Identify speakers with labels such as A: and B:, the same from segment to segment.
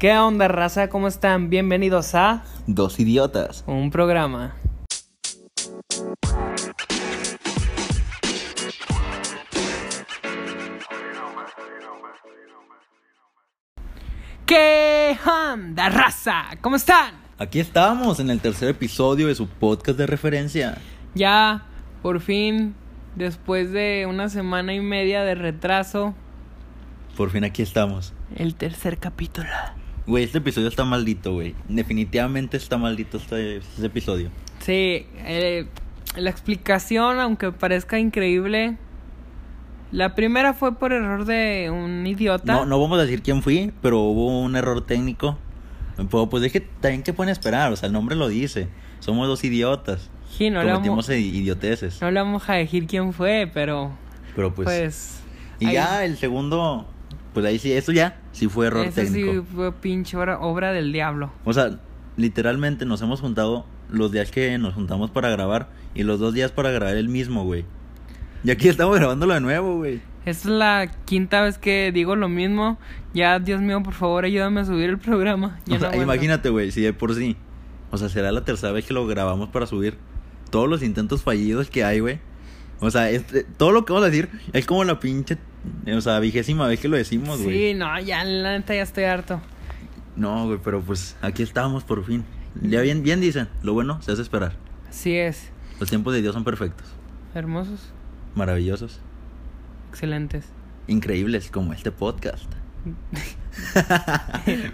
A: ¿Qué onda, raza? ¿Cómo están? Bienvenidos a
B: Dos idiotas.
A: un programa. ¿Qué onda, raza? ¿Cómo están?
B: Aquí estamos en el tercer episodio de su podcast de referencia.
A: Ya, por fin, después de una semana y media de retraso,
B: Por fin aquí estamos.
A: el tercer capítulo.
B: Güey, este episodio está maldito, güey. Definitivamente está maldito este, este episodio.
A: Sí, eh, la explicación, aunque parezca increíble, la primera fue por error de un idiota.
B: No, no vamos a decir quién fui, pero hubo un error técnico. Pero pues es que también que pueden esperar, o sea, el nombre lo dice. Somos dos idiotas.
A: Sí, no le
B: Cometimos
A: vamos,
B: i- idioteces.
A: no le vamos a decir quién fue, pero
B: Pero
A: pues...
B: pues... y
A: ahí-
B: ya el segundo, pues ahí sí, eso ya, sí fue error
A: esa
B: técnico.
A: sí fue pinche obra, obra del diablo.
B: O sea, literalmente nos hemos juntado los días que nos juntamos para grabar y los dos días para grabar el mismo, güey. Y aquí estamos grabándolo de nuevo, güey.
A: Esta es la quinta vez que digo lo mismo. Ya, Dios mío, por favor, ayúdame a subir el programa. Ya
B: O sea,
A: no aguanto.
B: imagínate, güey, si de por sí. O sea, será la tercera vez que lo grabamos para subir. Todos los intentos fallidos que hay, güey. O sea, este- todo lo que vamos a decir es como la pinche, eh, o sea, vigésima vez que lo decimos, güey.
A: Sí, no, ya, la neta, ya estoy harto.
B: No, güey, pero pues aquí estamos por fin. Ya bien, bien dicen, lo bueno se hace esperar.
A: Así es.
B: Los tiempos de Dios son perfectos,
A: Hermosos,
B: maravillosos.
A: excelentes.
B: increíbles como este podcast.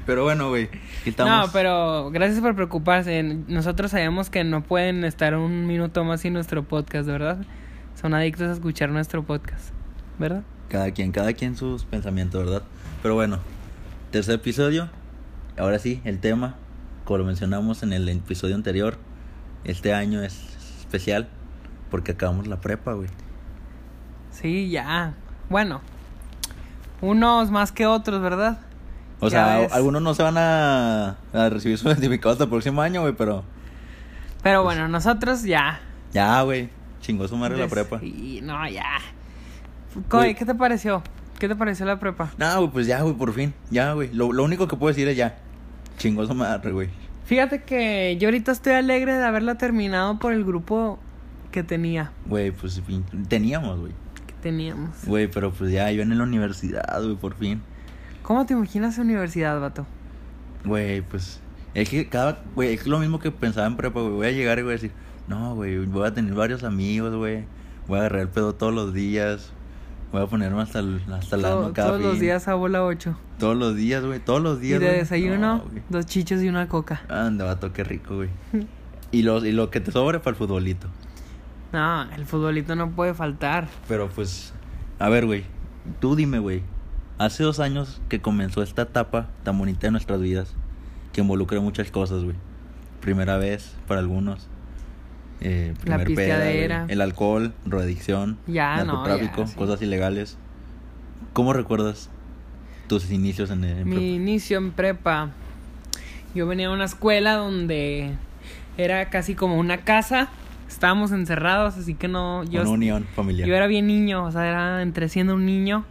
B: pero bueno, güey, aquí estamos.
A: No, pero gracias por preocuparse. Nosotros sabemos que no pueden estar un minuto más sin nuestro podcast, ¿verdad? Son adictos a escuchar nuestro podcast, ¿verdad?
B: Cada quien, cada quien sus pensamientos, ¿verdad? Pero bueno, tercer episodio. Ahora sí, el tema, como lo mencionamos en el episodio anterior, este año es especial porque acabamos la prepa, güey.
A: Sí, ya. Bueno, unos más que otros, ¿verdad?
B: O
A: Ya
B: sea,
A: ves.
B: algunos no se van a, a recibir su certificado hasta el próximo año, güey, pero
A: Pero bueno, nosotros ya.
B: ya, güey, chingó su madre pues la prepa.
A: Y no, ya. Coy,
B: Güey.
A: ¿qué te pareció? ¿Qué te pareció la prepa?
B: No, güey, pues ya, güey, por fin. Ya, güey. Lo, lo único que puedo decir es ya. Chingó su madre, güey.
A: Fíjate que yo ahorita estoy alegre de haberla terminado por el grupo que tenía,
B: Güey, pues fin- teníamos, güey.
A: que teníamos.
B: Güey, pero pues ya, yo en la universidad, güey, por fin.
A: ¿Cómo te imaginas la universidad, vato?
B: Güey, pues. Es que cada. Güey, es lo mismo que pensaba en prepa, güey. Voy a llegar y voy a decir, no, güey, voy a tener varios amigos, güey. Voy a agarrar el pedo todos los días. Voy a ponerme hasta, el- hasta la
A: Todo- todos los días a bola 8.
B: Todos los días, güey. Todos los
A: Y
B: días.
A: de
B: güey.
A: desayuno,
B: No, güey.
A: dos chichos y una coca.
B: Anda, vato, qué rico, güey. Y, los, y lo que te sobre para el futbolito.
A: No, el futbolito no puede faltar.
B: Pero pues, a ver, güey, tú dime, güey, hace dos años que comenzó esta etapa tan bonita de nuestras vidas, que involucra muchas cosas, güey. Primera vez para algunos. eh,
A: La
B: primer peda, güey,
A: pisteadera.
B: el alcohol, drogadicción,
A: Ya, no,
B: narcotráfico,
A: ya, sí.
B: cosas ilegales. ¿Cómo recuerdas tus inicios en, en
A: Mi
B: prepa?
A: inicio en prepa. Yo venía a una escuela donde era casi como una casa. Estábamos encerrados, así que no. Yo,
B: una unión familiar?
A: yo era bien niño, o sea, era entre siendo un niño.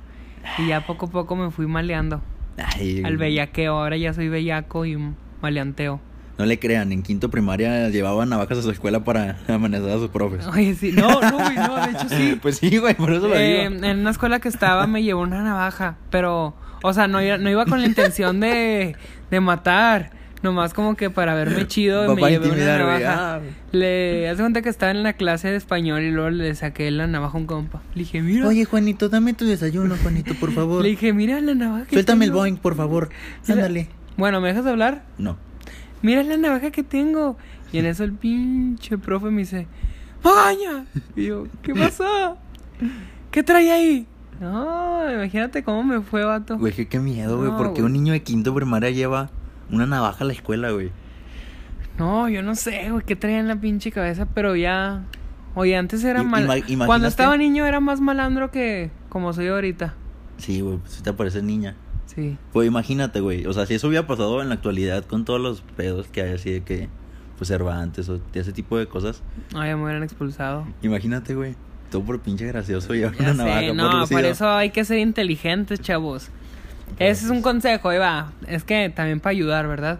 A: Y ya poco a poco me fui maleando
B: Ay,
A: al bellaqueo. Ahora ya soy bellaco y maleanteo.
B: No le crean, en quinto primaria llevaban navajas a su escuela para amenazar a sus profes.
A: Oye, sí. No, no, güey, no, de hecho sí.
B: Pues sí, güey, por eso lo
A: Eh,
B: digo.
A: en una escuela que estaba me llevó una navaja, pero, o sea, no iba, no iba con la intención de, de matar, nomás como que para verme chido y me
B: Papá
A: llevé una
B: intimidar, güey,
A: navaja.
B: ah.
A: Le hace cuenta que estaba en la clase de español y luego le saqué la navaja a un compa. Le dije, mira,
B: Oye, Juanito, dame tu desayuno, Juanito, por favor.
A: le dije, mira la navaja. que
B: Suéltame el
A: tengo".
B: Boeing, por favor.
A: Sí, la-
B: Ándale.
A: Bueno, ¿me dejas hablar?
B: No.
A: Mira la navaja que tengo. Y en eso el pinche profe me dice, ¡Magaña! Y yo, ¿qué pasó? ¿Qué trae ahí? No, imagínate cómo me fue, vato.
B: Güey, qué, qué miedo, güey.
A: No,
B: porque
A: güey.
B: un niño de quinto primaria lleva una navaja a la escuela, güey?
A: No, yo no sé, güey, qué traía en la pinche cabeza, pero ya. Oye, antes era
B: I-
A: mal.
B: ima- imagínate-
A: Cuando estaba niño era más malandro que como soy ahorita.
B: Sí, güey, pues si te parece niña.
A: Sí.
B: Pues imagínate, güey. O sea, si eso hubiera pasado en la actualidad con todos los pedos que hay así de que, pues, Cervantes o de ese tipo de cosas.
A: Ay, me hubieran expulsado.
B: Imagínate, güey. Todo por pinche gracioso llevar
A: Ya
B: una navaja
A: sé,
B: por
A: no,
B: lucido.
A: por eso hay que ser inteligentes, chavos. Ese es un consejo, Eva. Es que también para ayudar, ¿verdad?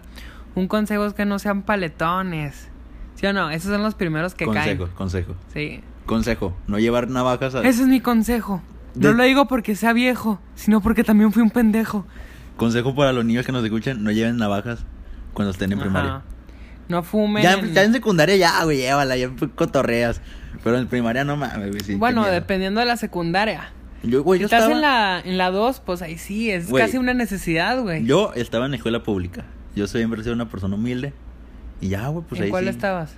A: Un consejo es que no sean paletones. ¿Sí o no? Esos son los primeros que
B: consejo,
A: caen.
B: consejo.
A: Sí.
B: Consejo, no llevar navajas a...
A: Ese es mi consejo. No
B: De-
A: lo digo porque sea viejo, sino porque también fui un pendejo.
B: Consejo para los niños que nos escuchan, no lleven navajas cuando estén en
A: Ajá.
B: primaria.
A: No fumen.
B: Ya, ya en secundaria ya, güey, llévala, ya cotorreas. Pero en primaria no mames, güey. sí, qué
A: bueno,
B: miedo.
A: dependiendo de la secundaria.
B: Yo, güey,
A: Si
B: yo
A: estás
B: estaba,
A: en la en la 2, pues ahí sí, es
B: Güey.
A: casi una necesidad, güey.
B: yo estaba en escuela pública. Yo siempre he sido una persona humilde. Y ya, güey, pues
A: ¿En
B: ahí
A: cuál
B: sí.
A: estabas?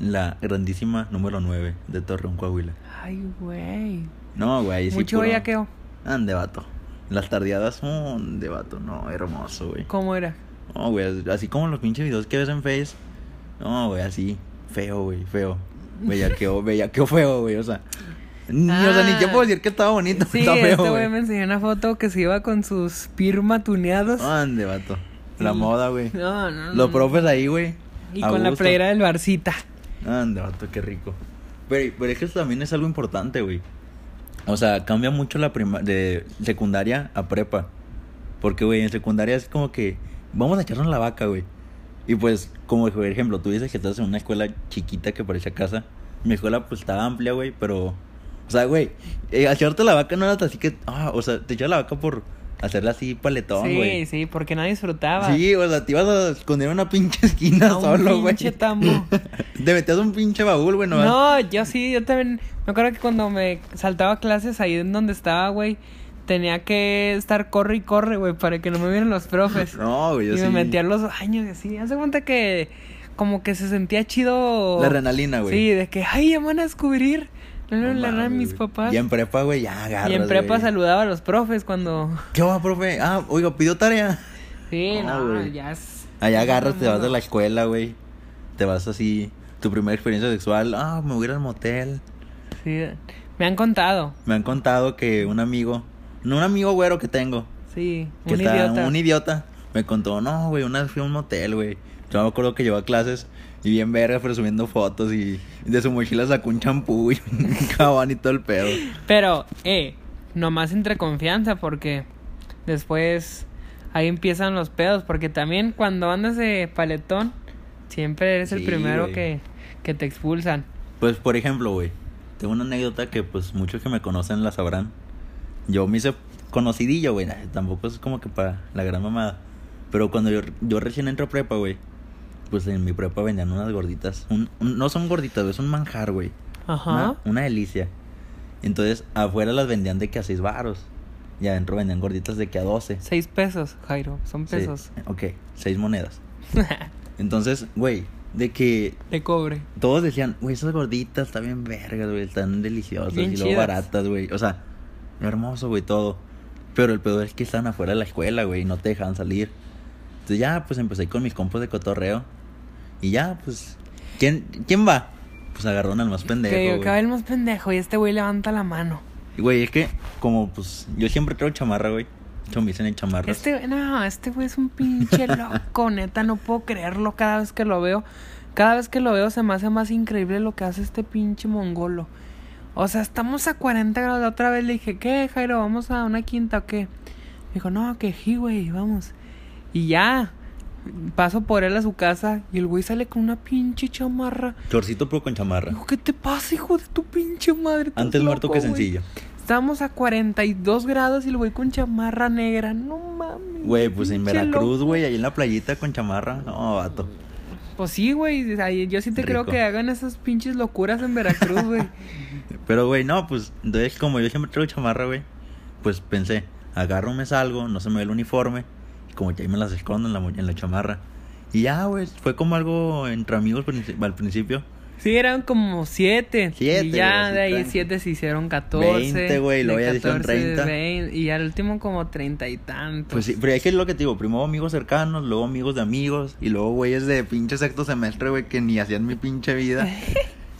B: La grandísima número 9 de Torreón, Coahuila.
A: Ay, güey.
B: No, güey, ahí sí
A: Mucho
B: puro-
A: bellaqueo.
B: Ande, vato. Las tardeadas son de vato, no, hermoso, güey.
A: ¿Cómo era?
B: No, güey, así como los pinches videos que ves en Face. No, güey, así. Feo, güey, feo. Bellaqueo, bellaqueo feo, güey, o sea. Ni, o sea, ni
A: Ah.
B: yo puedo decir que estaba bonito,
A: Sí,
B: está
A: este
B: feo,
A: güey
B: güey.
A: me enseñó una foto que se iba con sus pirma tuneados.
B: Ande, vato. La
A: Sí.
B: moda, güey.
A: No, no, no.
B: Los profes ahí, güey.
A: Y
B: a
A: con la
B: gusto.
A: playera del barcita.
B: Ande, vato, qué rico. Pero, pero es que eso también es algo importante, güey. O sea, cambia mucho la prima de secundaria a prepa. Porque, güey, en secundaria es como que vamos a echarnos la vaca, güey. Y pues, como por ejemplo, tú dices que estás en una escuela chiquita que parecía casa. Mi escuela, pues, está amplia, güey, pero. O sea, güey, eh, echarte la vaca no era así que. Ah, o sea, te echaba la vaca por hacerla así paletón,
A: sí,
B: güey.
A: sí, porque nadie disfrutaba.
B: Sí, o sea, te ibas a esconder en una pinche esquina
A: A un
B: solo, güey.
A: pinche tambo.
B: Te metías un pinche baúl, güey, nomás.
A: No, yo sí, yo también. Me acuerdo que cuando me saltaba clases ahí en donde estaba, güey, tenía que estar corre y corre, güey, para que no me vieran los profes.
B: No, güey,
A: y
B: yo
A: me
B: sí.
A: metía los años y así. Hace cuenta que como que se sentía chido.
B: La adrenalina, güey.
A: Sí, de que, ay, ya me van a descubrir. No, no,
B: No
A: la
B: mames,
A: eran mis
B: güey.
A: papás.
B: Y en prepa, güey, ya agarras,
A: Y en prepa
B: güey.
A: saludaba a los profes cuando.
B: ¿Qué va, profe? Ah, oiga, pidió tarea.
A: Sí,
B: No,
A: no,
B: güey.
A: ya es.
B: Allá agarras, te vas de la escuela, güey. Te vas así, tu primera experiencia sexual. Ah, me voy a ir al motel.
A: Sí, me han contado.
B: Me han contado que un amigo, no un amigo güero que tengo,
A: Sí,
B: que
A: un
B: está
A: idiota.
B: un idiota, me contó, no, güey, una vez fui a un motel, güey. Yo me acuerdo que llevaba clases y bien verga, pero subiendo fotos y de su mochila sacó un champú y un jabón y todo el pedo.
A: Pero, eh, nomás entre confianza porque después ahí empiezan los pedos. Porque también cuando andas de paletón, siempre eres el
B: Sí,
A: primero
B: güey.
A: que, que te expulsan.
B: Pues, por ejemplo, güey, tengo una anécdota que, pues, muchos que me conocen la sabrán. Yo me hice conocidillo, güey. nah, Tampoco es como que para la gran mamada. Pero cuando yo, yo recién entro a prepa, güey, pues en mi prepa vendían unas gorditas. Un- un- no son gorditas, güey, es un manjar, güey.
A: Ajá.
B: Una, una delicia. Entonces, afuera las vendían de que a seis varos. Y adentro vendían gorditas de que a 12.
A: Seis pesos, Jairo. Son
B: Sí,
A: pesos
B: Ok, seis monedas. Entonces, güey, de que
A: de cobre.
B: todos decían, güey, esas gorditas están bien vergas, güey, están deliciosas
A: Bien
B: y luego
A: chidas.
B: baratas, güey. O sea, hermoso, güey, todo. Pero el pedo es que están afuera de la escuela, güey, y no te dejan salir. Entonces ya, pues empecé con mis compas de cotorreo. Y ya, pues, ¿quién, ¿quién va? Pues agarraron al más pendejo,
A: que digo, que va
B: güey.
A: el más pendejo y este güey levanta la mano.
B: Y, Güey, es que, como, pues, yo siempre traigo chamarra, güey. Yo me dicen en chamarras.
A: Este, no, este güey es un pinche loco, neta, no puedo creerlo cada vez que lo veo. Cada vez que lo veo se me hace más increíble lo que hace este pinche mongolo. O sea, estamos a 40 grados. La otra vez le dije, ¿qué, Jairo? ¿Vamos a una quinta o qué? Me dijo, no, que sí, güey, vamos. Y ya, paso por él a su casa y el güey sale con una pinche chamarra.
B: Chorcito pero con chamarra.
A: Digo, ¿qué te pasa, hijo de tu pinche madre? Estás
B: Antes muerto
A: loco,
B: que
A: güey".
B: sencillo.
A: Estábamos a 42 grados y el güey con chamarra negra. No mames.
B: Güey, pues en
A: pinche
B: Veracruz,
A: loco.
B: güey, ahí en la playita con chamarra. No, vato.
A: Pues sí, güey. ahí- Yo sí te creo
B: Rico.
A: que hagan esas pinches locuras en Veracruz, güey.
B: Pero, güey, no, pues, entonces, como yo siempre traigo chamarra, güey, pues pensé, agarro, me salgo, no se me ve el uniforme, y como que ahí me las escondo en la, mo- en la chamarra. Y ya, güey, fue como algo entre amigos princi- al principio.
A: Sí, eran como siete.
B: Siete,
A: Y ya
B: güey,
A: de ahí
B: tranqui.
A: siete se hicieron 14.
B: Veinte, güey, luego
A: de
B: ya se hicieron
A: 14,
B: 30.
A: 20, y al último como treinta y tantos.
B: Pues sí, pero es que es lo que te digo, primero amigos cercanos, luego amigos de amigos, y luego güeyes de pinche sexto semestre, güey, que ni hacían mi pinche vida.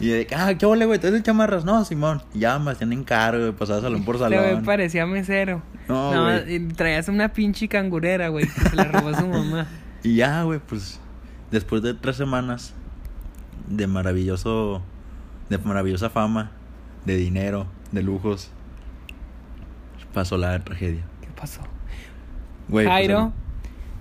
B: Y de, ah, qué ole, güey, ¿te chamarras? No, Simón, ya me hacían encargo, güey, pasaba salón por
A: Este güey
B: salón.
A: parecía mesero.
B: No, güey.
A: y traías una pinche cangurera, güey, que se la robó su mamá.
B: Y ya, güey, pues después de tres semanas de maravilloso, de maravillosa fama, de dinero, de lujos, pasó la tragedia.
A: ¿Qué pasó?
B: Güey, pues,
A: Jairo
B: el-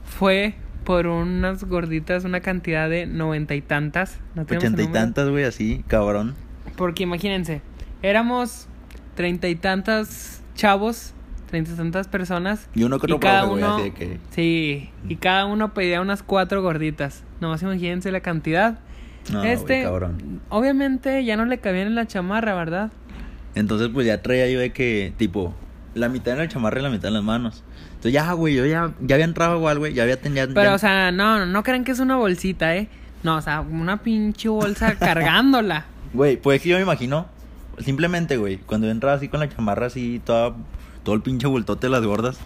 A: fue por unas gorditas, una cantidad de noventa y tantas. No tenemos el
B: Ochenta y
A: número.
B: tantas, güey, así, cabrón.
A: Porque imagínense, éramos treinta y tantas chavos, treinta y tantas personas.
B: Y uno que
A: Y
B: otro
A: cada
B: profe, güey,
A: uno,
B: así de que.
A: sí, y cada uno pedía unas cuatro gorditas. Nomás imagínense la cantidad.
B: No, güey,
A: este,
B: cabrón.
A: obviamente ya no le cabían en la chamarra, ¿verdad?
B: Entonces, pues ya traía yo de que, tipo, la mitad en el chamarra y la mitad en las manos. Entonces, ya, güey, yo ya, ya había entrado igual, güey. Ya había tenido.
A: Pero, o sea, no, no, no crean que es una bolsita, ¿eh? No, o sea, una pinche bolsa cargándola.
B: Güey, pues es que yo me imagino, simplemente, güey, cuando yo entraba así con la chamarra así, toda, todo el pinche bultote de las gordas.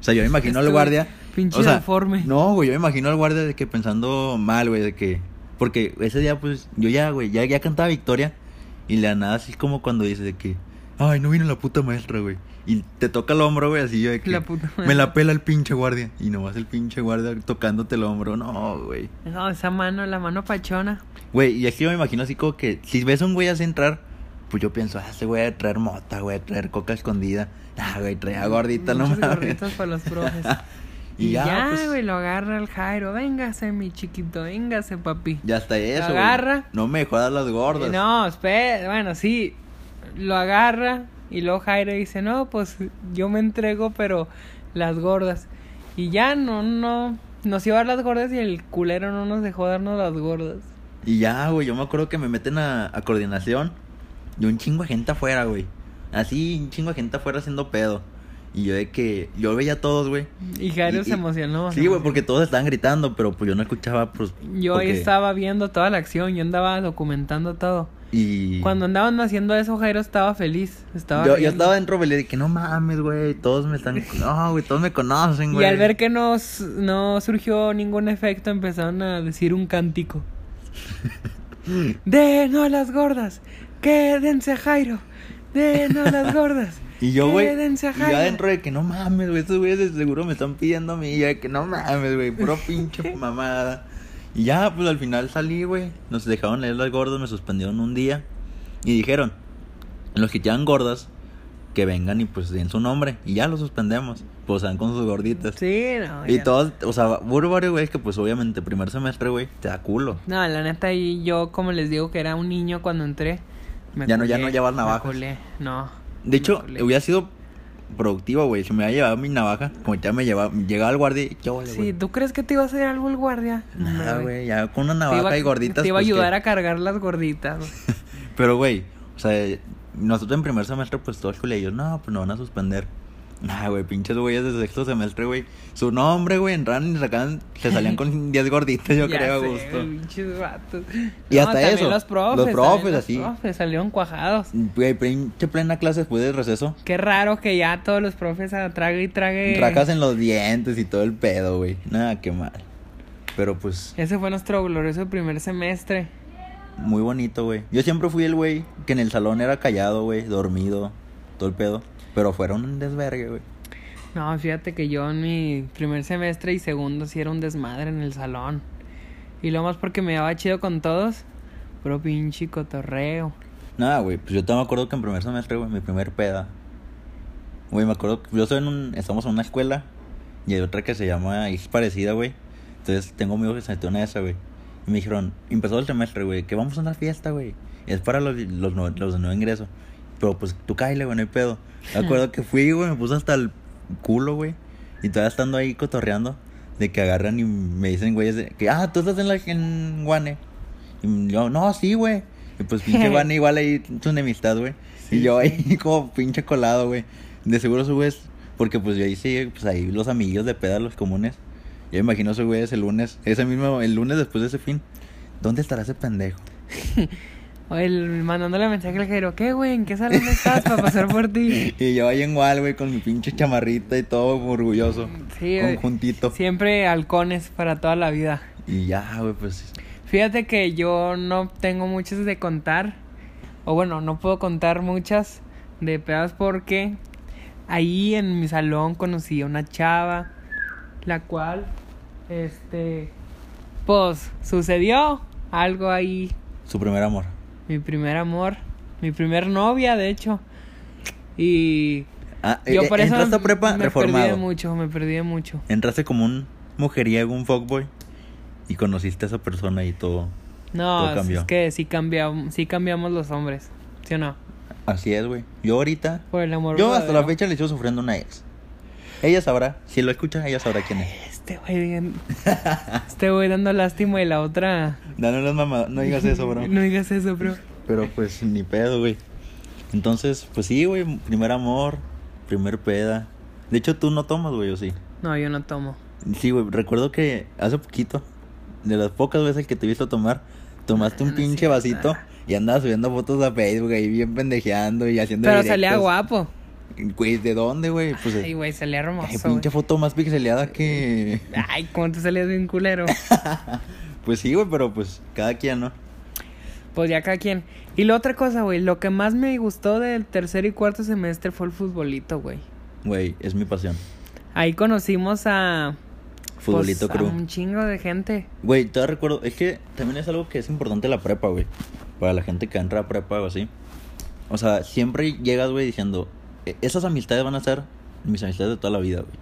B: O sea, yo me imagino al
A: Este
B: guardia.
A: pinche
B: o sea,
A: deforme.
B: No, güey, yo me imagino al guardia de que pensando mal, güey, de que. Porque ese día, pues, yo ya, güey, ya, ya cantaba Victoria. Y la nada, así como cuando dice de que. Ay, no vino la puta maestra, güey. Y te toca el hombro, güey, así yo de que.
A: La puta
B: me la pela el pinche guardia. Y nomás el pinche guardia tocándote el hombro. No, güey.
A: No, esa mano, la mano pachona.
B: Güey, y aquí yo me imagino así como que si ves a un güey así entrar, pues yo pienso, ah, ese güey debe traer mota, güey, debe traer coca escondida. Ah, güey, traía gordita, no
A: Mm, Muchos
B: mames.
A: gorditos para los profes.
B: y, ya, pues,
A: güey, lo agarra el Jairo. Véngase, mi chiquito, véngase, papi.
B: ya está eso, güey.
A: agarra.
B: No me dejó dar las gordas.
A: Y No, espera, bueno, sí, lo agarra y luego Jairo dice, no, pues yo me entrego, pero las gordas. Y ya no, no, nos iba a dar las gordas y el culero no nos dejó darnos las gordas.
B: Y ya, güey, yo me acuerdo que me meten a, a coordinación y un chingo de gente afuera, güey. Así, un chingo de gente afuera haciendo pedo. Y yo de que, yo veía a todos, güey.
A: Y Jairo
B: Y-
A: se
B: y-
A: emocionó. se
B: Sí, güey,
A: emocionó.
B: porque todos estaban gritando, pero pues yo no escuchaba, pues.
A: Yo ahí
B: porque-
A: estaba viendo toda la acción, yo andaba documentando todo.
B: Y.
A: Cuando andaban haciendo eso, Jairo estaba feliz. Estaba
B: yo, yo
A: riendo.
B: estaba dentro, güey, le dije, no mames, güey, todos me están... No, güey, todos me conocen,
A: Y
B: güey.
A: al ver que no, s- no surgió ningún efecto, empezaron a decir un cántico. De no a las gordas, quédense a Jairo. De no a las gordas.
B: Y yo, güey, y
A: quédense a
B: yo
A: Jairo.
B: adentro de que, no mames, güey, estos güeyes de seguro me están pidiendo a mí. Y yo de que, no mames, güey, puro pinche mamada. Y ya, pues, al final salí, güey. Nos dejaron leer las gordas, me suspendieron un día. Y dijeron, los que llevan gordas, que vengan y, pues, den su nombre. Y ya los suspendemos. Pues, van con sus gorditas.
A: Sí, no.
B: Y
A: ya.
B: todos, o sea, hubo varios güeyes que, pues, obviamente, primer semestre, güey, te da culo.
A: No, la neta, y yo, como les digo, que era un niño cuando entré. me
B: Ya no- ya
A: colé,
B: no llevas
A: me
B: navajas.
A: colé, No.
B: De hecho,
A: Híjole.
B: hubiera sido productivo, güey. Si me hubiera llevado mi navaja, como ya me llevaba, llegaba el guardia y yo,
A: Sí, ¿tú crees que te iba a hacer algo el guardia?
B: Nada,
A: No,
B: güey, ya con una
A: Te
B: navaja
A: iba,
B: y gorditas.
A: te iba a
B: pues, que-
A: ayudar a cargar las gorditas.
B: Pero, güey, o sea, nosotros en primer semestre, pues todos ellos, no, pues no van a suspender. Nah, güey, pinches güeyes de sexto semestre, güey. Su nombre, güey, entraban y sacaban, se salían con 10 gorditas, yo
A: Ya
B: creo, a
A: sé,
B: gusto.
A: pinches vatos.
B: Y hasta
A: también
B: eso,
A: Los profes,
B: los
A: también
B: profes,
A: los
B: así.
A: profes salieron cuajados.
B: Güey, pinche plena clase después del receso.
A: Qué raro que ya todos los profes a trague y trague.
B: Racas en los dientes y todo el pedo, güey. Nada, qué mal. Pero pues,
A: Ese fue nuestro glorioso primer semestre.
B: Muy bonito, güey. Yo siempre fui el güey que en el salón era callado, güey, dormido, todo el pedo. Pero fuera un desvergue, güey.
A: No, fíjate que yo en mi primer semestre y segundo sí era un desmadre en el salón. Y lo más porque me daba chido con todos. Pero pinche cotorreo.
B: Nada, güey, pues yo también me acuerdo que en primer semestre, güey, mi primer peda. Güey, me acuerdo que yo soy en un, estamos en una escuela y hay otra que se llama, es parecida, güey. Entonces tengo amigos que se metieron a esa, güey. Y me dijeron, empezó el semestre, güey, que vamos a una fiesta, güey. Es para los, los, no- los de nuevo ingreso. Pero pues tú cállate, güey, no hay pedo. Me acuerdo que fui, güey, me puse hasta el culo, güey. Y todavía estando ahí cotorreando, de que agarran y me dicen, güey, que, ah, tú estás en la en Guane. Y yo, no, sí, güey. Y pues pinche van igual ahí su enemistad, güey. y yo ahí como pinche colado, güey. De seguro su güey, porque pues yo ahí sí, pues ahí los amiguillos de peda, los comunes. Yo me imagino su güey ese lunes, ese mismo, el lunes después de ese fin. ¿Dónde estará ese pendejo?
A: O el mandándole mensaje al Jairo, ¿qué güey? ¿En qué salón estás para pasar por ti?
B: Y yo ahí en Wal, güey, con mi pinche chamarrita y todo orgulloso.
A: Sí, güey.
B: Conjuntito.
A: Siempre halcones para toda la vida.
B: Y ya, güey, pues.
A: Fíjate que yo no tengo muchas de contar. O bueno, no puedo contar muchas de pedas porque ahí en mi salón conocí a una chava, la cual, este, pues sucedió algo ahí.
B: Su primer amor.
A: Mi primer amor, mi primer novia, de hecho. Y
B: Ah,
A: Yo
B: eh,
A: por eso
B: entraste a prepa
A: me
B: reformado.
A: perdí de mucho, me perdí de mucho.
B: Entraste como un mujeriego, un fuckboy. Y conociste a esa persona y todo. Todo
A: No, es-
B: cambió.
A: es que sí cambiamos, sí cambiamos los hombres, ¿sí o no?
B: Así es, güey. Yo ahorita.
A: Por el amor
B: Yo hasta la
A: verdadero.
B: fecha le sigo sufriendo a una ex. Ella sabrá. Si lo escucha, ella sabrá quién es.
A: Este güey, digan- este güey dando lástima y la otra...
B: No, no, no, mamá. No digas eso, bro.
A: No digas eso, bro.
B: Pero pues ni pedo, güey. Entonces, pues sí, güey. Primer amor. Primer peda. De hecho, tú no tomas, güey, o sí.
A: No, yo no tomo.
B: Sí, güey, recuerdo que hace poquito, de las pocas veces que te he visto tomar, tomaste un
A: Ah, no es
B: pinche
A: cierto.
B: vasito y andabas subiendo fotos a Facebook ahí bien pendejeando y haciendo
A: Pero salía
B: directos.
A: guapo.
B: Güey, ¿de dónde, güey? Pues
A: Ay, güey, salía
B: ay,
A: hermoso. güey.
B: pinche foto más pixeleada que...
A: Ay, ¿cómo te salías bien culero?
B: Pues sí, güey, pero pues cada quien, ¿no?
A: Pues ya cada quien. Y la otra cosa, güey, lo que más me gustó del tercer y cuarto semestre fue el futbolito, güey.
B: Güey, es mi pasión.
A: Ahí conocimos a... pues,
B: Futbolito
A: a
B: cru.
A: un chingo de gente.
B: Güey, te recuerdo, es que también es algo que es importante la prepa, güey. Para la gente que entra a prepa o así. O sea, siempre llegas, güey, diciendo, "E- esas amistades van a ser mis amistades de toda la vida, güey.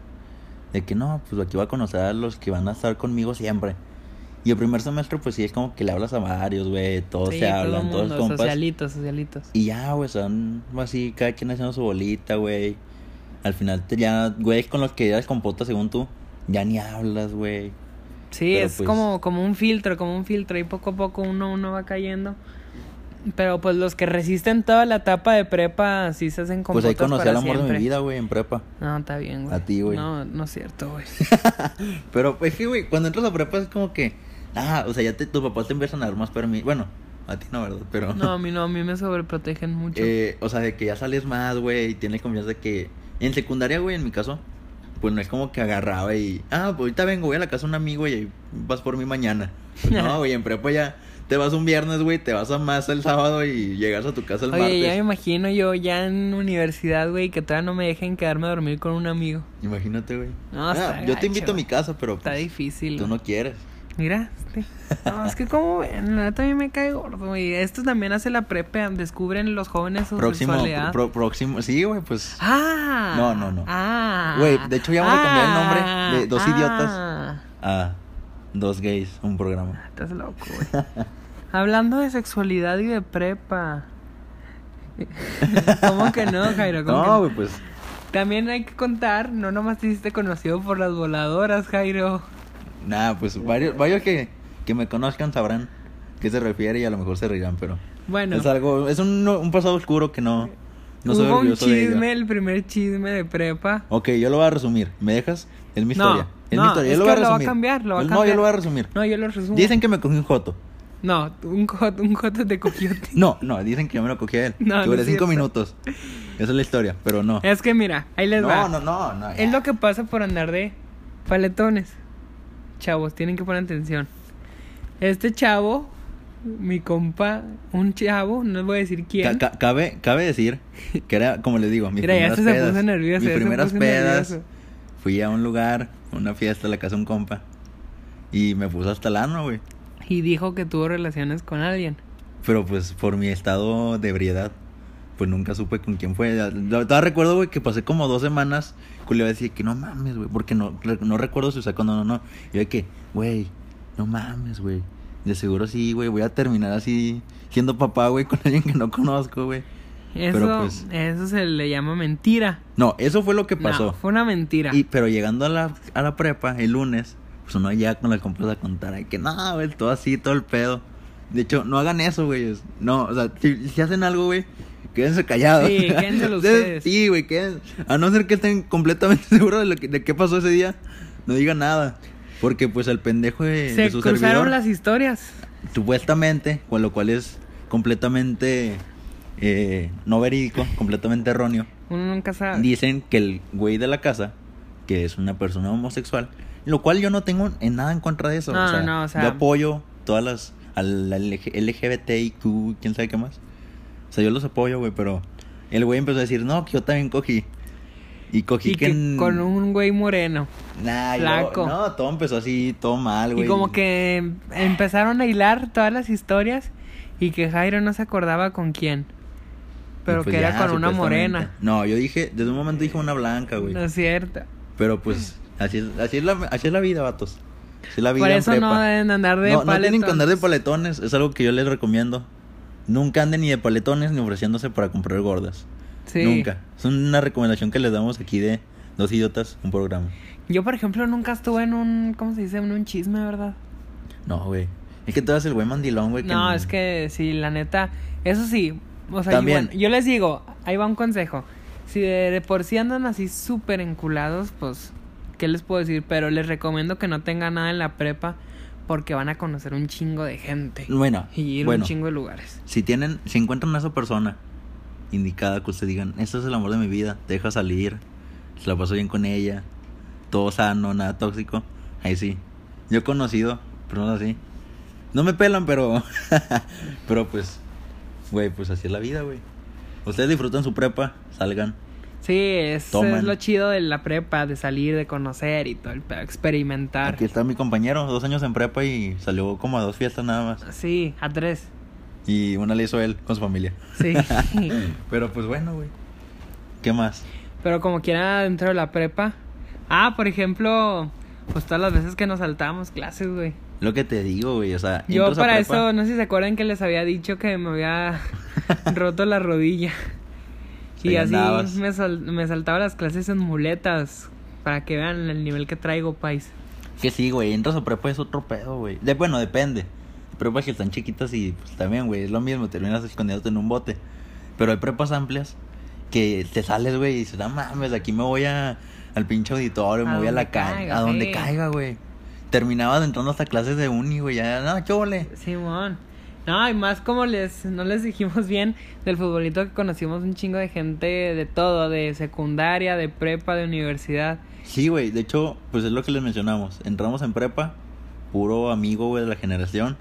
B: De que no, pues aquí va a conocer a los que van a estar conmigo siempre. Y el primer semestre, pues sí, es como que le hablas a varios, güey, todos
A: Sí,
B: se
A: todo
B: hablan, todos
A: mundo,
B: compas.
A: socialitos, socialitos.
B: Y ya, güey, son así, cada quien haciendo su bolita, güey. Al final, te- ya, güey, con los que eras compota, según tú, ya ni hablas, güey.
A: Sí,
B: Pero
A: es
B: pues-
A: como, como un filtro, como un filtro, y poco a poco uno, uno va cayendo. Pero pues los que resisten toda la etapa de prepa sí se hacen
B: Pues ahí
A: compotas
B: conocí
A: para
B: al amor de
A: siempre.
B: mi vida, güey, en prepa.
A: No, está bien, güey.
B: A ti, güey.
A: No, no es cierto, güey.
B: Pero es que, güey, cuando entras a prepa es como que. Ah, o sea, ya te, tus papás te empiezan a dar más permiso. Bueno, a ti no, ¿verdad? Pero.
A: No, a mí no, a mí me sobreprotegen mucho.
B: eh, o sea, de que ya sales más, güey, y tienes confianza de que. En secundaria, güey, en mi caso, pues no es como que agarraba y. Ah, pues ahorita vengo, voy a la casa de un amigo y ahí vas por mí mañana. Pues no, güey, en prepa ya te vas un viernes, güey, te vas a más el sábado y llegas a tu casa el
A: Oye,
B: martes.
A: ya me imagino yo ya en universidad, güey, que todavía no me dejen quedarme a dormir con un amigo.
B: Imagínate, güey.
A: No,
B: Ah,
A: está
B: yo
A: gacho,
B: te invito a mi
A: güey.
B: casa, pero.
A: Está
B: pues,
A: difícil.
B: Tú
A: güey.
B: no quieres.
A: Mira, este. No, es que como ven, la neta a mí me cae gordo, güey. Esto también hace la prepa, descubren los jóvenes su
B: Próximo,
A: sexualidad.
B: pro- próximo. Sí, güey, pues.
A: Ah.
B: No, no, no.
A: Ah.
B: Güey, de hecho, ya vamos a cambiar el nombre
A: Ah,
B: de Dos
A: ah.
B: Idiotas. Ah, dos gays, un programa.
A: Estás loco, güey. Hablando de sexualidad y de prepa. ¿Cómo que no, Jairo? ¿Cómo que
B: No, güey, pues.
A: También hay que contar, no nomás te hiciste conocido por las voladoras, Jairo.
B: Nada, pues varios, varios que, que me conozcan sabrán qué se refiere y a lo mejor se reirán, pero.
A: Bueno,
B: Es algo, es un, un pasado oscuro que no. No soy
A: hubo un
B: orgulloso de
A: chisme,
B: ello.
A: el primer chisme de prepa.
B: Ok, yo lo voy a resumir. ¿Me dejas? Es mi
A: No,
B: historia. Es
A: no,
B: mi historia.
A: es
B: yo lo
A: que
B: voy
A: lo
B: a
A: va a
B: resumir.
A: cambiar, lo va a
B: No, yo
A: cambiar.
B: lo voy a resumir.
A: No, yo lo resumo.
B: Dicen que me cogí un joto.
A: No, un joto, un joto te cogió. tío.
B: No, no, dicen que yo me lo cogí a él.
A: No, no
B: que duré
A: es
B: cinco
A: cierto.
B: minutos. Esa es la historia, pero no.
A: Es que mira, ahí les va.
B: No, no, no, no.
A: Es lo que pasa por andar de paletones. Chavos, tienen que poner atención. Este chavo, mi compa, un chavo, no les voy a decir quién.
B: Ca- ca- cabe, cabe decir que era, como les digo, mis
A: Mira, ya
B: primeras
A: este se
B: pedas.
A: puso nervioso,
B: mis
A: ya se
B: primeras
A: puso
B: pedas.
A: nervioso.
B: Fui a un lugar, a una fiesta, a la casa de un compa. Y me puse hasta el ano, güey.
A: Y dijo que tuvo relaciones con alguien.
B: Pero pues por mi estado de ebriedad, pues nunca supe con quién fue. Ya- ya- Todavía recuerdo, güey, que pasé como dos semanas. Julio decía que no mames, güey, porque no, re- no recuerdo si usé cuando no, no. Y yo de que, güey, no mames, güey. De seguro sí, güey, voy a terminar así siendo papá, güey, con alguien que no conozco, güey. Pero,
A: Eso,
B: pues-
A: eso se le llama mentira.
B: No, eso fue lo que
A: No,
B: pasó.
A: fue una mentira.
B: Y, pero llegando a la, a la prepa, el lunes, pues uno ya con la compas a contar, ay, que no, güey, todo así, todo el pedo. De hecho, no hagan eso, güey. es- No, o sea, si, si hacen algo, güey, quédense callados.
A: Sí, quédenselo ustedes.
B: Sí, güey, quédense. A no ser que estén completamente seguros de, lo que- de qué pasó ese día, no digan nada. Porque, pues, el pendejo de,
A: se
B: de su
A: cruzaron
B: servidor,
A: las historias.
B: supuestamente, con lo cual es completamente eh, no verídico, completamente erróneo.
A: Uno nunca sabe.
B: Dicen que el güey de la casa, que es una persona homosexual, lo cual yo no tengo en nada en contra de eso.
A: No,
B: o sea,
A: no, o sea-
B: yo apoyo todas las. al LG LGBTIQ, quién sabe qué más. O sea, yo los apoyo, güey, pero el güey empezó a decir, no, que yo también cogí. Y cogí
A: y
B: que.
A: que
B: en-
A: con un güey moreno.
B: Nah, y luego-
A: flaco.
B: no, todo empezó así, todo mal, güey.
A: Y como que em- empezaron a hilar todas las historias y que Jairo no se acordaba con quién. Pero que era con una
B: pues supuestamente.
A: morena.
B: No, yo dije, desde un momento dije una blanca, güey.
A: No es cierto.
B: Pero pues, así es, así es, la, así es la vida, vatos. Así es la vida
A: Por
B: en
A: eso no
B: prepa.
A: deben andar de
B: no, no tienen que
A: paletones.
B: andar de paletones, es algo que yo les recomiendo. Nunca anden ni de paletones ni ofreciéndose para comprar gordas.
A: Sí.
B: Nunca. Es una recomendación que les damos aquí de Dos Idiotas, un programa.
A: Yo, por ejemplo, nunca estuve en un. ¿Cómo se dice? En un chisme, ¿verdad?
B: No, güey. Es que tú eres el güey mandilón, güey.
A: No, es que sí, la neta. Eso sí. O sea,
B: También.
A: y bueno, yo les digo, ahí va un consejo. Si de, de por sí andan así súper enculados, pues, ¿qué les puedo decir? Pero les recomiendo que no tengan nada en la prepa porque van a conocer un chingo de gente.
B: Bueno,
A: Y ir a
B: bueno
A: un chingo de lugares.
B: si tienen, si encuentran a esa persona indicada que ustedes digan, este es el amor de mi vida, te deja salir, se la paso bien con ella, todo sano, nada tóxico, ahí sí. Yo he conocido personas así. No me pelan, pero. pero pues. Güey, pues así es la vida, güey. Ustedes disfrutan su prepa, salgan.
A: Sí, es, es
B: Toman.
A: lo chido de la prepa, de salir, de conocer y todo, el pedo, experimentar.
B: Aquí está mi compañero, dos años en prepa y salió como a dos fiestas nada más.
A: Sí, a tres.
B: Y una le hizo él con su familia.
A: Sí.
B: Pero pues bueno, güey. ¿Qué más?
A: Pero como quiera dentro de la prepa. Ah, por ejemplo, pues todas las veces que nos saltábamos clases, güey.
B: Lo que te digo, güey, o sea,
A: Yo
B: entras a
A: para
B: prepa-
A: eso, no sé si se acuerdan que les había dicho que me había roto la rodilla.
B: Ahí
A: Y así
B: andabas.
A: me, sal- me saltaba las clases en muletas. Para que vean el nivel que traigo, pais.
B: Que sí, güey, entras a prepa es otro pedo, güey. De- bueno, depende. Hay prepas que están chiquitas y pues también, güey, es lo mismo, terminas escondiéndote en un bote. Pero hay prepas amplias que te sales, güey, y dices, no mames, aquí me voy a, al pinche auditorio,
A: A
B: me voy a
A: donde
B: la calle,
A: caiga,
B: a donde
A: sí.
B: caiga, güey. Terminabas entrando hasta clases de uni, güey, ya, no, qué ole.
A: Simón. No, y más como les, no les dijimos bien del futbolito que conocimos un chingo de gente de todo, de secundaria, de prepa, de universidad.
B: Sí, güey, de hecho, pues es lo que les mencionamos. Entramos en prepa, puro amigo, güey, de la generación.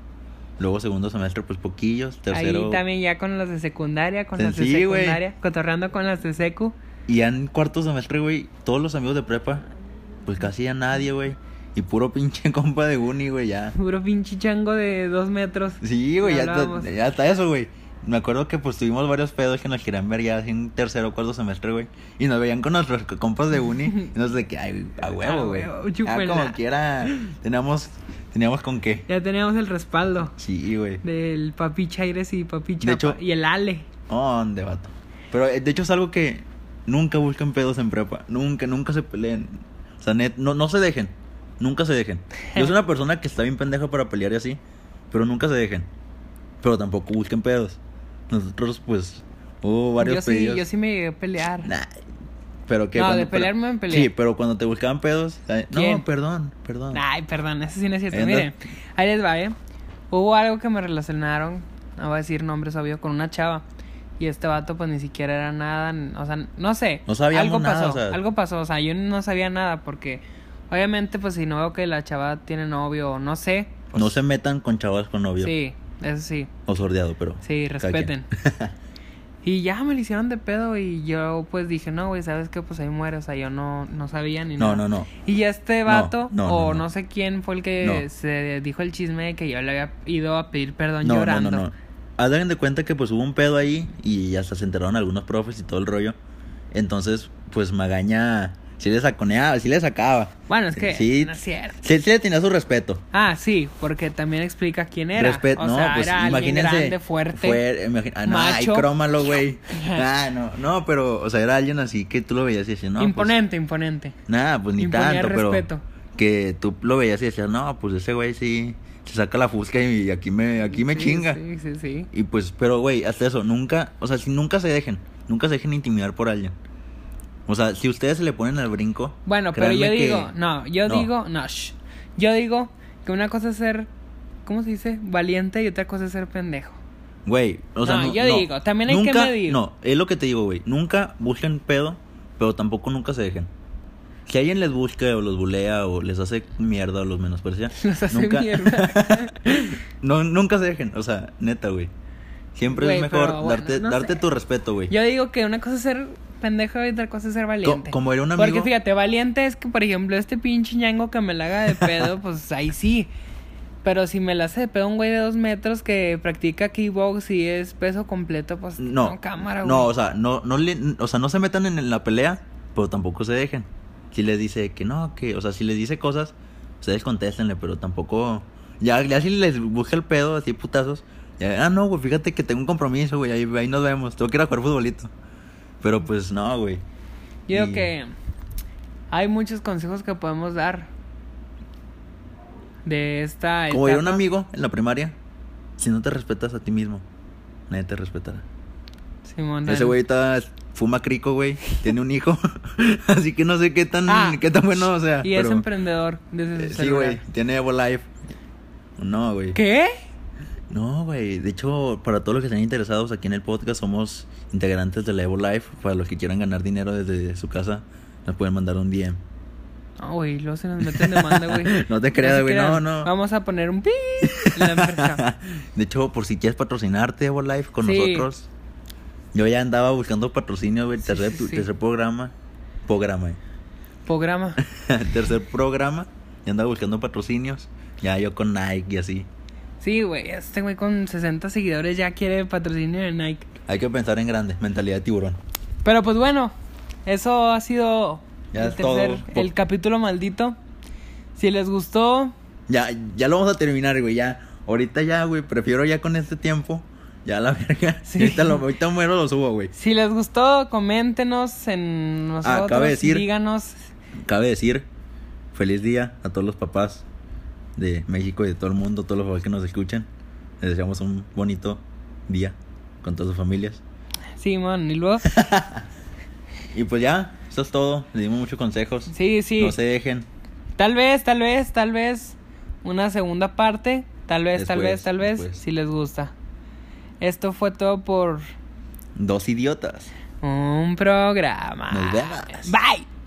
B: Luego segundo semestre, pues poquillos. Tercero.
A: Ahí también ya con las de secundaria, con
B: Sí,
A: las de
B: sí, güey.
A: secundaria, cotorreando con las de secu.
B: Y ya en cuarto semestre, güey, todos los amigos de prepa, pues casi ya nadie, güey. Y puro pinche compa de uni, güey, ya.
A: Puro pinche chango de dos metros.
B: Sí, güey,
A: No
B: ya, hasta-
A: hablábamos.
B: ya hasta eso, güey. Me acuerdo que pues tuvimos varios pedos que nos querían ver ya en tercero o cuarto semestre, güey. Y nos veían con nuestros co- compas de uni. Y nos de que, ay, a
A: A
B: huevo, güey.
A: huevo,
B: Ah,
A: chúpenla.
B: como quiera, teníamos, teníamos con qué.
A: Ya teníamos el respaldo
B: Sí, güey.
A: del papi Chaires y papi
B: De
A: Chapa
B: hecho-
A: y el Ale.
B: ¿Dónde, vato? Pero eh, de hecho es algo que nunca busquen pedos en prepa. Nunca, nunca se peleen. O sea, net, no, no se dejen. Nunca se dejen. Yo soy una persona que está bien pendeja para pelear y así. Pero nunca se dejen. Pero tampoco busquen pedos. Nosotros, pues, hubo varios
A: yo
B: pedidos.
A: sí, yo sí me llegué a pelear.
B: Nah, pero que
A: No,
B: cuando-
A: de pelearme
B: pero-
A: me peleé.
B: Sí, pero cuando te buscaban pedos. eh,
A: ¿Quién?
B: no, perdón, perdón.
A: Ay, perdón, eso sí no es cierto.
B: Ahí anda.
A: Miren, ahí les va, ¿eh? Hubo algo que me relacionaron, no voy a decir nombres, obvio, con una chava. Y este vato, pues ni siquiera era nada, n- o sea, no sé.
B: No sabíamos
A: algo
B: nada,
A: pasó,
B: o sea.
A: algo pasó, o sea, yo no sabía nada porque, obviamente, pues si no veo que la chava tiene novio o no sé. pues,
B: No se metan con chavas con novio.
A: Sí, eso sí.
B: O sordeado, pero.
A: Sí,
B: cada quien.
A: respeten. y ya me lo hicieron de pedo y yo pues dije, no, güey, ¿sabes qué? Pues ahí muere, o sea, yo no, no sabía ni
B: No,
A: nada.
B: no, no.
A: Y ya este vato,
B: no, no,
A: o no,
B: no.
A: sé quién fue el que
B: No.
A: se dijo el chisme de que yo le había ido a pedir perdón
B: no,
A: llorando.
B: No, no, no. Hagan de cuenta que pues hubo un pedo ahí y hasta se enteraron algunos profes y todo el rollo. Entonces, pues Magaña sí le saconeaba, sí le sacaba.
A: Bueno, es que
B: sí,
A: no es cierto.
B: sí, sí le tenía su respeto.
A: Ah, sí, porque también explica quién era.
B: Respe-
A: o
B: no,
A: sea,
B: pues
A: era alguien
B: imagínense.
A: grande, fuerte.
B: fuer- imagi- ah, no, ay,
A: macho.
B: crómalo, güey. Ah, no, no, pero, o sea, era alguien así que tú lo veías y decías, no. Pues,
A: imponente, imponente.
B: nada, pues ni
A: imponía
B: tanto, pero.
A: respeto.
B: Que tú lo veías y decías, no, pues ese güey sí se saca la fusca y aquí me, aquí me
A: Sí,
B: chinga.
A: Sí, sí, sí.
B: Y pues, pero güey, hasta eso, nunca, o sea, si nunca se dejen, nunca se dejen intimidar por alguien. O sea, si ustedes se le ponen al brinco.
A: Bueno, pero yo
B: créanme que-
A: digo, no, yo
B: no.
A: digo, no, shh. yo digo que una cosa es ser, ¿cómo se dice? Valiente y otra cosa es ser pendejo.
B: Güey, o sea,
A: No,
B: no,
A: yo
B: no.
A: digo, también hay que
B: Nunca-
A: medir.
B: No, es lo que te digo, güey. Nunca busquen pedo, pero tampoco nunca se dejen. Si alguien les busca o los bulea o les hace mierda o los menosprecia,
A: Los hace
B: nunca,
A: mierda.
B: no, nunca se dejen. O sea, neta, güey. Siempre es
A: Güey,
B: mejor
A: pero bueno,
B: darte,
A: no
B: darte
A: sé.
B: tu respeto, güey.
A: Yo digo que una cosa es ser pendejo y otra cosa es ser valiente.
B: como era un
A: Porque
B: amigo-
A: fíjate, valiente es que, por ejemplo, este pinche ñango que me la haga de pedo, pues ahí sí. Pero si me la sé, pero un güey de dos metros que practica kickbox y es peso completo, pues
B: No,
A: cámara, güey.
B: no, o sea, no, no le- o sea, no se metan en la pelea, pero tampoco se dejen. Si les dice que no, que, o sea, si les dice cosas, ustedes contéstenle, pero tampoco, ya, ya si les busca el pedo, así putazos, ya, ah, no, güey, fíjate que tengo un compromiso, güey, ahí, ahí nos vemos, tengo que ir a jugar futbolito. Pero pues no, güey.
A: Yo
B: Y-
A: creo que hay muchos consejos que podemos dar de esta
B: Como era un
A: etapa.
B: amigo en la primaria, si no te respetas a ti mismo, nadie te respetará.
A: Simón,
B: Ese
A: dale.
B: güey está fuma crico, güey, tiene un hijo, así que no sé qué tan,
A: Ah,
B: qué tan bueno, o sea.
A: Y es
B: pero-
A: emprendedor desde
B: Eh,
A: su
B: Sí, güey,
A: celular.
B: tiene Evo Life. No, güey.
A: ¿Qué?
B: No, güey. De hecho, para todos los que estén interesados aquí en el podcast, somos integrantes de la Evo Life. Para los que quieran ganar dinero desde su casa, nos pueden mandar un DM.
A: No, güey, luego se nos meten demanda, güey.
B: No te creas,
A: se
B: güey, no,
A: crean.
B: no.
A: Vamos a poner un pi en la empresa.
B: de hecho, por si quieres patrocinarte Evo Life con
A: Sí.
B: nosotros, yo ya andaba buscando patrocinio, güey.
A: Sí,
B: Tercer,
A: sí, sí.
B: tercer programa. Programa, eh.
A: Programa.
B: tercer programa. Ya andaba buscando patrocinios. Ya yo con Nike y así.
A: Sí, güey, este güey con 60 seguidores ya quiere patrocinio de Nike.
B: Hay que pensar en grande. Mentalidad de tiburón.
A: Pero pues bueno, eso ha sido
B: Ya
A: el
B: es todo.
A: tercer, el capítulo maldito. Si les gustó,
B: Ya, ya lo vamos a terminar, güey. Ya, ahorita ya, güey. Prefiero ya con este tiempo. Ya la verga.
A: Sí.
B: Ahorita, lo, ahorita muero, lo subo, güey.
A: si les gustó, coméntenos en nosotros,
B: Ah, cabe decir-
A: díganos.
B: Cabe decir, feliz día a todos los papás de México y de todo el mundo, todos los papás que nos escuchan. Les deseamos un bonito día con todas sus familias.
A: Sí, man, y luego.
B: Y pues ya, eso es todo. Les dimos muchos consejos.
A: Sí, sí.
B: No se dejen.
A: Tal vez, tal vez, tal vez una segunda parte, tal vez, tal
B: Después,
A: vez, tal vez,
B: después.
A: si les gusta. Esto fue todo por
B: Dos idiotas.
A: un programa.
B: Nos vemos.
A: Bye.